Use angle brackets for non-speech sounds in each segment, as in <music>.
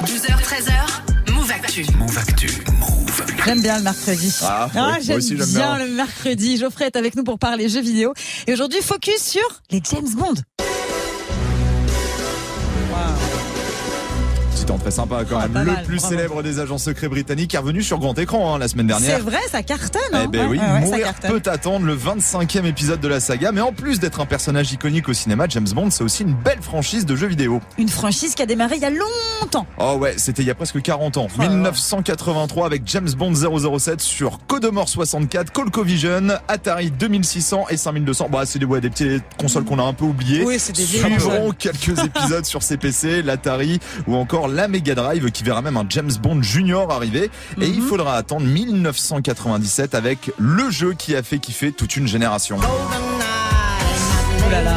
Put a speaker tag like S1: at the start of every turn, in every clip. S1: 12h, 13h, Move Actu.
S2: Move Actu. Move.
S3: J'aime bien le mercredi.
S4: Ah, ouais, moi
S3: j'aime
S4: aussi,
S3: bien,
S4: j'aime bien.
S3: le mercredi. Geoffrey est avec nous pour parler jeux vidéo. Et aujourd'hui, focus sur les James Bond.
S4: Petit temps très sympa quand
S3: Ah,
S4: même.
S3: pas
S4: Le
S3: mal,
S4: plus
S3: bravo.
S4: célèbre des agents secrets britanniques est revenu sur grand écran hein, la semaine
S3: C'est
S4: dernière.
S3: vrai, ça cartonne.
S4: Eh
S3: hein.
S4: ben
S3: Ouais,
S4: oui,
S3: ouais, ouais, ça
S4: mourir
S3: cartonne.
S4: peut attendre le 25e épisode de la saga, mais en plus d'être un personnage iconique au cinéma, James Bond, c'est aussi une belle franchise de jeux vidéo.
S3: Une franchise qui a démarré il y a longtemps.
S4: Oh ouais, c'était il y a presque 40 ans,
S3: Oh
S4: 1983 avec James Bond 007 sur Codemore 64, Colcovision, Atari 2600 et 5200. Bah c'est des, ouais, des petites consoles qu'on a un peu oubliées.
S3: Oui, c'est des vieilles
S4: Suivront
S3: consoles.
S4: quelques
S3: <laughs>
S4: épisodes sur CPC, l'Atari ou encore la Mega Drive qui verra même un James Bond Junior arriver. Et
S3: Mhm.
S4: il faudra attendre 1997 avec le jeu qui a fait kiffer toute une génération.
S3: Oh là là.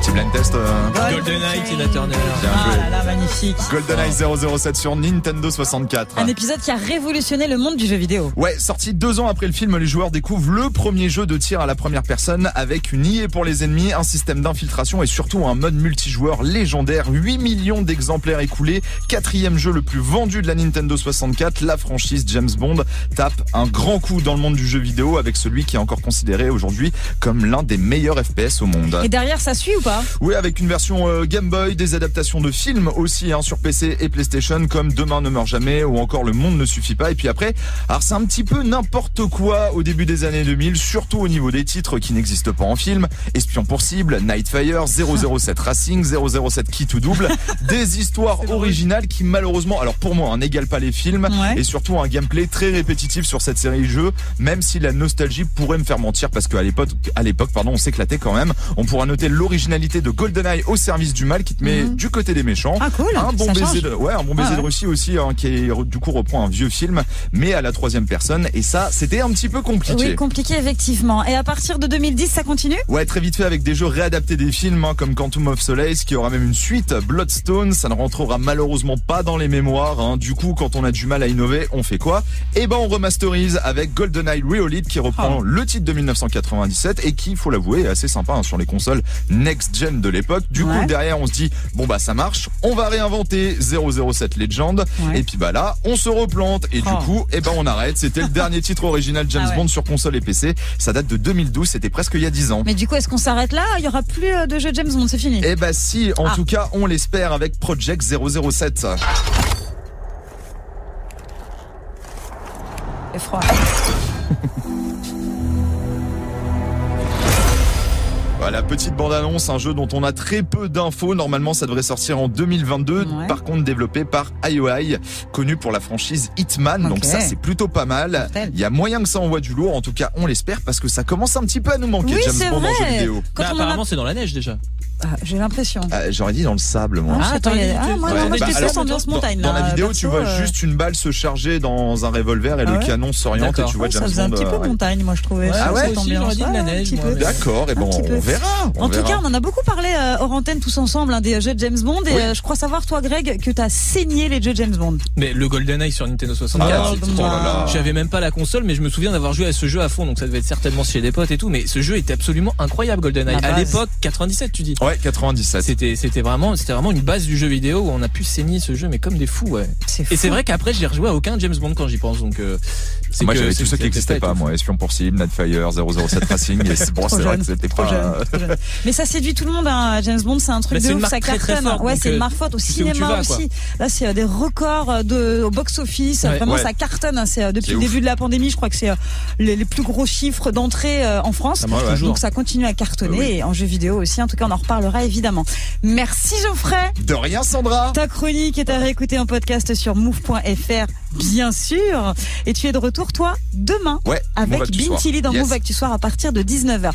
S4: Petit blind test. euh,
S5: Golden Knight et la Turner.
S4: bien
S3: Ah
S4: joué.
S3: là là, magnifique.
S4: GoldenEye 007 sur Nintendo 64.
S3: Un épisode qui a révolutionné le monde du jeu vidéo.
S4: Ouais, sorti deux ans après le film, les joueurs découvrent le premier jeu de tir à la première personne avec une IA pour les ennemis, un système d'infiltration et surtout un mode multijoueur légendaire. 8 millions d'exemplaires écoulés, quatrième jeu le plus vendu de la Nintendo 64, la franchise James Bond tape un grand coup dans le monde du jeu vidéo avec celui qui est encore considéré aujourd'hui comme l'un des meilleurs FPS au monde.
S3: Et derrière, ça suit ou pas
S4: Oui, avec une version euh, Game Boy, des adaptations de films aussi hein, sur PC et PlayStation comme Demain ne meurt jamais ou encore Le monde ne suffit pas. Et puis après, alors c'est un petit peu n'importe quoi au début des années 2000, surtout au niveau des titres qui n'existent pas en film. Espion pour cible, Nightfire, 007 Racing, 007 Qui tout double. des histoires originales qui malheureusement, alors pour moi, hein, n'égalent pas les films.
S3: Ouais.
S4: Et surtout un gameplay très répétitif sur cette série de jeux, même si la nostalgie pourrait me faire mentir parce qu'à l'époque, à l'époque, pardon, on s'éclatait quand même. On pourra noter l'originalité de GoldenEye au service du mal qui te met du côté des méchants.
S3: Mhm. Ah, cool,
S4: Un bon
S3: ça
S4: baiser
S3: change.
S4: de, ouais, un bon baiser
S3: Ah ouais.
S4: de Russie aussi, hein, qui est, du coup reprend un vieux film, mais à la troisième personne. Et ça, c'était un petit peu compliqué.
S3: Oui, compliqué effectivement. Et à partir de 2010, ça continue
S4: Ouais, très vite fait avec des jeux réadaptés des films hein, comme Quantum of Solace qui aura même une suite, Bloodstone, ça ne rentrera malheureusement pas dans les mémoires. hein. Du coup, quand on a du mal à innover, on fait quoi Eh ben, on remasterise avec GoldenEye Reolith qui reprend
S3: Ah.
S4: le titre de 1997 et qui, il faut l'avouer, est assez sympa hein, sur les consoles next-gen de l'époque. Du
S3: Ouais.
S4: coup, derrière, on se dit, bon bah ça marche, on va réinventer 007 Legend
S3: Ouais.
S4: et puis bah là, on se replante et
S3: Oh.
S4: du coup, eh ben on arrête. C'était le
S3: <laughs>
S4: dernier titre original James
S3: Ah ouais.
S4: Bond sur console et PC. Ça date de 2012, c'était presque il y a 10 ans.
S3: Mais du coup, est-ce qu'on s'arrête là Il y aura plus euh, de jeux James Bond, c'est fini.
S4: Eh bah si, en
S3: Ah.
S4: tout cas, on l'espère avec Project 007.
S3: C'est froid.
S4: Voilà, Bah, petite bande-annonce, un jeu dont on a très peu d'infos. Normalement, ça devrait sortir en 2022.
S3: Ouais.
S4: Par contre, développé par IOI, connu pour la franchise Hitman.
S3: Ok.
S4: Donc ça, c'est plutôt pas mal.
S3: Mortel.
S4: Il y a moyen que ça envoie du lourd. En tout cas, on l'espère parce que ça commence un petit peu à nous manquer,
S3: Oui, c'est
S4: James Bond, en jeu
S3: vrai.
S4: vidéo.
S3: Quand on
S5: Bah,
S3: en a-
S5: apparemment, c'est dans la neige déjà.
S3: Ah, J'ai l'impression.
S4: Euh, J'aurais dit dans le sable, moi.
S3: Ah, attends, il y a-
S5: attends,
S3: ah, moi,
S5: ouais,
S3: non, moi,
S5: bah,
S3: j'étais
S5: alors,
S3: plus ambiance
S4: dans,
S3: montagne.
S4: dans
S3: là,
S4: la vidéo,
S3: perso,
S4: tu vois
S3: euh,
S4: juste une balle se charger dans un revolver et
S3: Ah
S4: le
S3: ouais
S4: canon s'oriente et
S5: D'accord.
S4: tu vois
S3: ça
S4: James
S3: faisait un
S4: Bond,
S3: petit peu
S4: euh, ouais.
S3: montagne, moi, je trouvais.
S5: Ouais,
S3: sur
S4: ah ouais,
S3: cette
S5: aussi, j'aurais
S3: ambiance.
S5: dit de la
S3: Ah,
S5: neige,
S3: un petit
S5: moi,
S3: peu.
S5: mais-
S4: D'accord, et bon,
S3: petit peu.
S4: on verra.
S3: En tout
S4: verra.
S3: cas, on en a beaucoup parlé euh, hors antenne tous ensemble hein, des jeux de James Bond. Et
S4: Oui.
S3: euh, je crois savoir, toi, Greg, que t'as saigné les jeux de James Bond.
S5: Mais le Golden Eye sur Nintendo 64.
S4: Ah,
S3: Golden
S4: putain,
S3: Eye.
S4: voilà.
S5: bah. J'avais même pas la console, mais je me souviens d'avoir joué à ce jeu à fond, donc ça devait être certainement chez des potes et tout. Mais ce jeu était absolument incroyable, GoldenEye.
S3: La
S5: À
S3: base.
S5: l'époque, 97, tu dis.
S4: Ouais, 97.
S5: C'était, c'était vraiment, c'était vraiment une base du jeu vidéo où on a pu saigner ce jeu, mais comme des fous, ouais. Et
S3: fou.
S5: c'est vrai qu'après, j'ai rejoué à aucun James Bond quand j'y pense, donc. euh, c'est
S4: Moi,
S5: que
S4: j'avais
S5: c'est- hein.
S4: tous ceux qui
S5: c'était
S4: n'existaient pas,
S5: étonnant.
S4: moi. Espion pour cible, Nightfire, 007
S5: <laughs>
S4: Racing. Et c'est bon,
S3: Trop
S4: c'est vrai
S3: jeune,
S4: que c'était
S3: Trop
S4: pas.
S3: jeune, trop jeune. Mais ça séduit tout le monde, hein, James Bond, c'est un truc
S5: Bah, c'est
S3: de
S5: une
S3: ouf,
S5: marque
S3: ça
S5: très, très
S3: cartonne.
S5: forte,
S3: ouais,
S5: donc,
S3: c'est une
S5: euh,
S3: marque forte au
S5: tu sais où
S3: cinéma
S5: tu vas,
S3: aussi.
S5: quoi.
S3: Là, c'est euh, des records euh, de, au box-office.
S5: Ouais.
S3: Vraiment,
S4: Ouais.
S3: ça cartonne. hein, C'est euh, depuis
S4: C'est
S3: le
S4: ouf.
S3: début de la pandémie, je crois que c'est euh, les, les plus gros chiffres d'entrée euh, en France.
S5: Ah,
S4: marche
S3: Donc,
S5: toujours.
S3: ça continue à cartonner
S4: Euh, oui.
S3: et en jeu vidéo aussi. En tout cas, on en reparlera évidemment. Merci Geoffrey.
S4: De rien, Sandra!
S3: Ta chronique est à réécouter en podcast sur move.fr, bien sûr. Et tu es de retour, toi, demain,
S4: Ouais, Move
S3: avec
S4: Actu
S3: Bintili
S4: Soir.
S3: dans
S4: Yes.
S3: Move Actu Soir à partir de 19h.